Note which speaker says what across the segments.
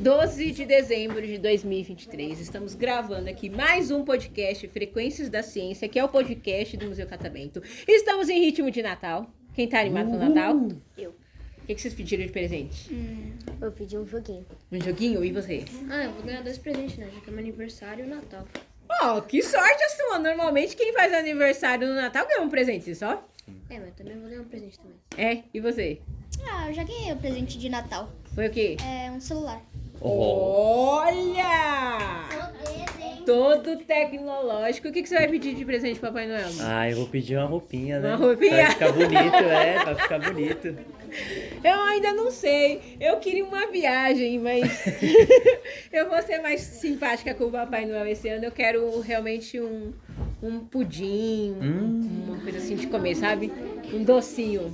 Speaker 1: 12 de dezembro de 2023, estamos gravando aqui mais um podcast Frequências da Ciência, que é o podcast do Museu Catavento. Estamos em ritmo de Natal. Quem tá animado pro Natal?
Speaker 2: Eu.
Speaker 1: O que, que vocês pediram de presente?
Speaker 2: Eu pedi um joguinho.
Speaker 1: Um joguinho? E você?
Speaker 3: Ah, eu vou ganhar dois presentes, né? Já que é meu aniversário e o Natal.
Speaker 1: Oh, que sorte a sua! Normalmente quem faz aniversário no Natal ganha um presente só.
Speaker 3: É, mas também vou ganhar um presente também.
Speaker 1: É, e você?
Speaker 2: Ah, eu já ganhei o presente de Natal.
Speaker 1: Foi o quê?
Speaker 2: É um celular.
Speaker 1: Olha! Todo tecnológico. O que, que você vai pedir de presente pro Papai Noel? amor?
Speaker 4: Ah, eu vou pedir uma roupinha, né?
Speaker 1: Uma roupinha?
Speaker 4: Pra ficar bonito, é, pra ficar bonito.
Speaker 1: Eu ainda não sei. Eu queria uma viagem, mas eu vou ser mais simpática com o Papai Noel esse ano. Eu quero realmente um, um pudim,
Speaker 4: Hum.
Speaker 1: uma coisa assim de comer, sabe? Um docinho.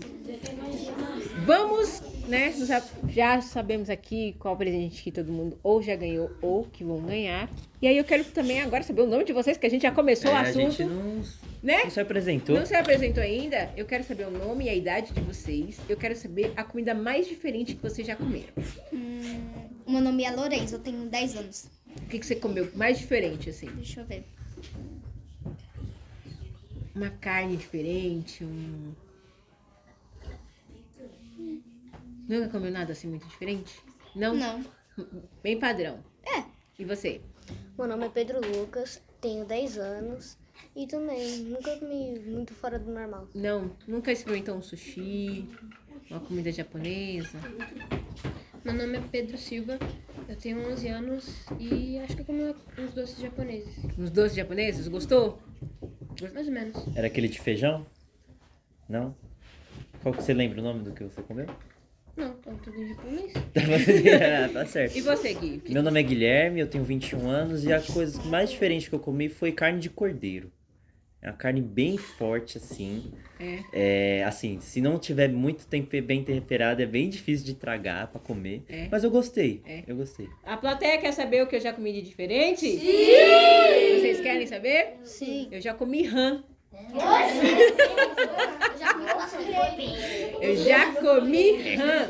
Speaker 1: Vamos, né? nós Já, já sabemos aqui qual presente que todo mundo ou já ganhou ou que vão ganhar. E aí eu quero também agora saber o nome de vocês, que a gente já começou
Speaker 4: É,
Speaker 1: o
Speaker 4: a
Speaker 1: assunto,
Speaker 4: gente não,
Speaker 1: né?
Speaker 4: não se apresentou.
Speaker 1: Não se apresentou ainda? Eu quero saber o nome e a idade de vocês. Eu quero saber a comida mais diferente que vocês já comeram.
Speaker 2: O meu nome é Lourenço, eu tenho 10 anos.
Speaker 1: O que, que você comeu mais diferente, assim?
Speaker 2: Deixa eu ver.
Speaker 1: Uma carne diferente, um... Nunca comeu nada assim muito diferente? Não?
Speaker 2: Não.
Speaker 1: Bem padrão. É. E você?
Speaker 5: Meu nome é Pedro Lucas, tenho 10 anos e também nunca comi muito fora do normal.
Speaker 1: Não, nunca experimentou um sushi, uma comida japonesa?
Speaker 3: Meu nome é Pedro Silva, eu tenho 11 anos e acho que eu comi uns doces japoneses.
Speaker 1: Uns doces japoneses? Gostou?
Speaker 3: Mais ou menos.
Speaker 4: Era aquele de feijão? Não? Qual que você lembra o nome do que você comeu?
Speaker 3: Não, tava tudo em japonês.
Speaker 4: Ah, tá certo.
Speaker 1: E você, Gui?
Speaker 4: Meu nome é Guilherme, eu tenho 21 anos e a coisa mais diferente que eu comi foi carne de cordeiro. É uma carne bem forte, assim.
Speaker 1: É.
Speaker 4: É, assim, se não tiver muito tempo bem temperado, é bem difícil de tragar pra comer.
Speaker 1: É.
Speaker 4: Mas eu gostei.
Speaker 1: É.
Speaker 4: Eu gostei.
Speaker 1: A plateia quer saber o que eu já comi de diferente? Sim! Vocês querem saber?
Speaker 2: Sim.
Speaker 1: Eu já comi rã.
Speaker 5: Já comi pasta de
Speaker 1: Eu já comi rã.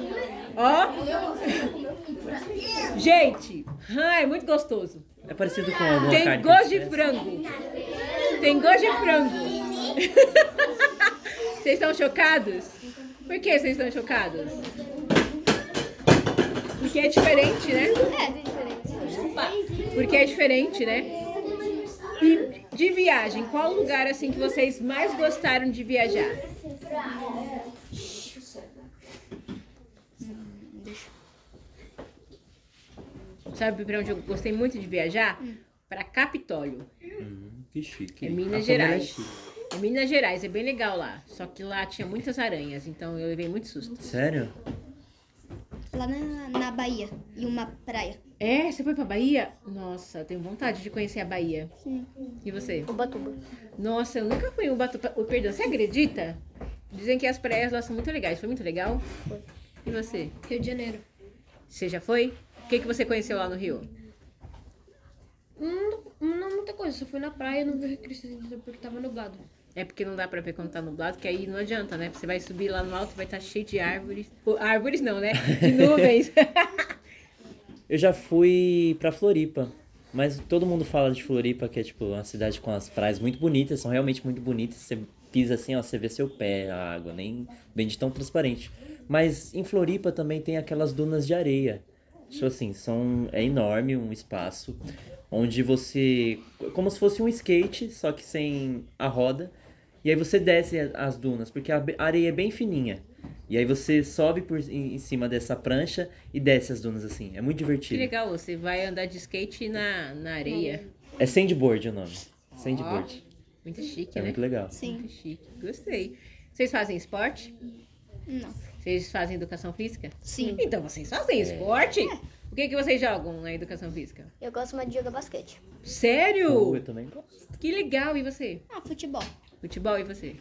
Speaker 1: Ó. Gente, rã é muito gostoso.
Speaker 4: É parecido com alguma
Speaker 1: Tem
Speaker 4: carne que
Speaker 1: gosto de
Speaker 4: tivesse?
Speaker 1: frango. Tem gosto de frango. Vocês estão chocados? Por que vocês estão chocados? Porque é diferente, né? É. Porque é diferente, né? E de viagem, qual lugar assim que vocês mais gostaram de viajar? Sabe pra onde eu gostei muito de viajar? Pra Capitólio.
Speaker 4: Hum, que chique.
Speaker 1: É
Speaker 4: hein?
Speaker 1: Minas
Speaker 4: A comida
Speaker 1: Gerais.
Speaker 4: é chique.
Speaker 1: Em Minas Gerais, é bem legal lá. Só que lá tinha muitas aranhas, então eu levei muito susto.
Speaker 4: Sério?
Speaker 2: Lá na, na Bahia, em uma praia.
Speaker 1: É, você foi pra Bahia? Nossa, eu tenho vontade de conhecer a Bahia.
Speaker 2: Sim.
Speaker 1: E você?
Speaker 5: Ubatuba.
Speaker 1: Nossa, eu nunca fui em Ubatuba. Oh, perdão, você acredita? Dizem que as praias lá são muito legais. Foi muito legal? E você?
Speaker 3: Rio de Janeiro.
Speaker 1: Você já foi? O que, que você conheceu lá no Rio?
Speaker 3: Hum, Não, não muita coisa, só fui na praia e não vi o Rio Cristo ainda porque tava nublado.
Speaker 1: É porque não dá pra ver quando tá nublado, que aí não adianta, né? Você vai subir lá no alto, vai estar cheio de árvores. Ou, árvores não, né? De nuvens.
Speaker 4: Eu já fui pra Floripa. Mas todo mundo fala de Floripa, que é tipo uma cidade com as praias muito bonitas, são realmente muito bonitas. Você pisa assim, ó, você vê seu pé, a água, nem bem de tão transparente. Mas em Floripa também tem aquelas dunas de areia. Tipo assim, são, é enorme um espaço onde você. Como se fosse um skate, só que sem a roda. E aí você desce a- as dunas, porque a be- a areia é bem fininha. E aí você sobe por, em, em cima dessa prancha e desce as dunas assim. É muito
Speaker 1: que
Speaker 4: divertido.
Speaker 1: legal, você vai andar de skate na, na areia.
Speaker 4: É sandboard o nome. Sandboard.
Speaker 1: Muito chique,
Speaker 4: é
Speaker 1: né?
Speaker 4: muito legal.
Speaker 2: Sim.
Speaker 1: Muito chique. Gostei. Vocês fazem esporte?
Speaker 2: Não.
Speaker 1: Vocês fazem educação física?
Speaker 2: Sim.
Speaker 1: Então vocês
Speaker 4: É.
Speaker 1: fazem esporte? O que, que vocês jogam na educação física?
Speaker 5: Eu gosto mais de jogar basquete.
Speaker 4: Uh,
Speaker 1: Sério?
Speaker 4: eu também gosto.
Speaker 1: Que legal. E você?
Speaker 2: Ah, futebol.
Speaker 1: Futebol e você?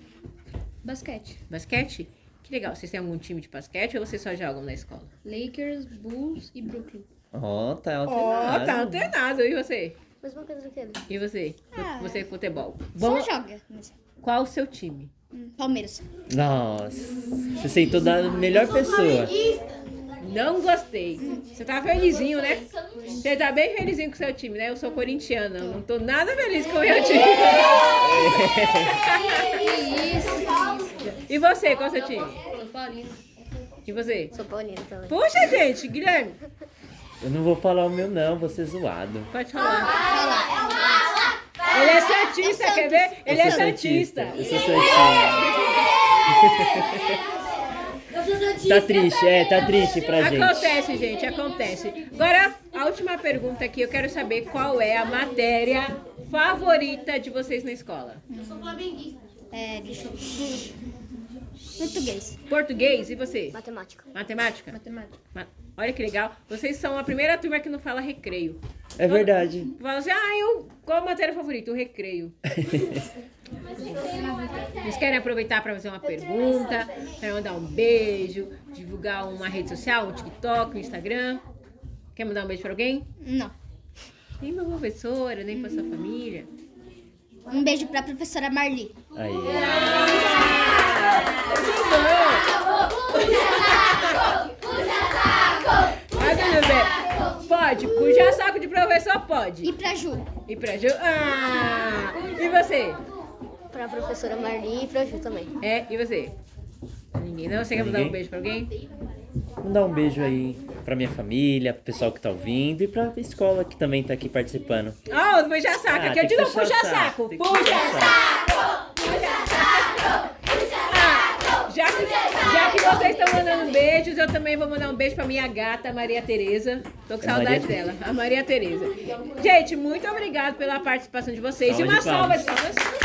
Speaker 3: Basquete.
Speaker 1: Basquete? Que legal. Vocês têm algum time de basquete ou vocês só jogam na escola?
Speaker 3: Lakers, Bulls e Brooklyn.
Speaker 4: Ó, tá
Speaker 1: Ó,
Speaker 4: alternado.
Speaker 1: tá antenado. E você?
Speaker 5: Mesma coisa que ele.
Speaker 1: E você?
Speaker 2: Ah,
Speaker 1: você é futebol.
Speaker 2: Só
Speaker 1: Bom,
Speaker 2: joga. mas-
Speaker 1: qual o seu time?
Speaker 2: Hum, Palmeiras.
Speaker 4: Nossa, você sentou da melhor pessoa.
Speaker 1: Não gostei. Você tá felizinho, né? Você tá bem felizinho com o seu time, né? Eu sou corintiana. Eu não tô nada feliz com o meu time. E você, qual é o seu time?
Speaker 3: São Paulino.
Speaker 1: E você?
Speaker 5: Sou paulino também.
Speaker 1: Puxa, gente, Guilherme,
Speaker 4: Eu não vou falar o meu não, vou ser zoado.
Speaker 1: pode falar. Ele é santista, quer ver? Ele
Speaker 4: Eu
Speaker 1: é
Speaker 4: sou
Speaker 1: santista.
Speaker 4: Eu sou santista. Tá triste, é, tá triste pra gente.
Speaker 1: Acontece, gente, acontece. Agora, a última pergunta aqui, eu quero saber qual é a matéria favorita de vocês na escola.
Speaker 2: É, deixa eu... Português.
Speaker 1: Português e você?
Speaker 5: Matemática.
Speaker 1: Matemática?
Speaker 3: Matemática.
Speaker 1: Ma- Olha que legal. Vocês são a primeira turma que não fala recreio.
Speaker 4: É verdade.
Speaker 1: Fala assim, ah, eu. Qual a matéria favorita? O recreio. Vocês querem aproveitar para fazer uma pergunta, para mandar um beijo, divulgar uma rede social, um TikTok, um Instagram? Quer mandar um beijo para alguém?
Speaker 2: Não.
Speaker 1: Nem pra professora, nem pra sua família.
Speaker 2: Um beijo pra professora Marli.
Speaker 4: Aí.
Speaker 1: Olha, meu bem. Pode, cuja saco de professor pode.
Speaker 2: E pra Ju.
Speaker 1: E pra Ju. Ah! E você?
Speaker 5: Pra professora Marli e pra Ju também.
Speaker 1: É, e você? Ninguém não? Você quer mandar um
Speaker 4: Ninguém?
Speaker 1: beijo pra alguém?
Speaker 4: Mandar um beijo aí pra minha família, pro pessoal que tá ouvindo e pra escola que também tá aqui participando.
Speaker 1: Ó, o puxa saco,
Speaker 4: Ah,
Speaker 1: aqui eu
Speaker 4: tem que
Speaker 1: digo
Speaker 4: puxar
Speaker 1: puxa
Speaker 4: saco,
Speaker 1: saco.
Speaker 4: tem que
Speaker 1: Puxa
Speaker 4: puxar
Speaker 1: saco! Ah, Já que, já que vocês estão mandando beijos, eu também vou mandar um beijo pra minha gata, Maria Tereza. Tô com
Speaker 4: É
Speaker 1: saudade
Speaker 4: Maria-
Speaker 1: dela, a Maria Tereza. Gente, muito obrigado pela participação de vocês.
Speaker 4: Salva
Speaker 1: e uma
Speaker 4: de
Speaker 1: salva
Speaker 4: palmas.
Speaker 1: de palmas.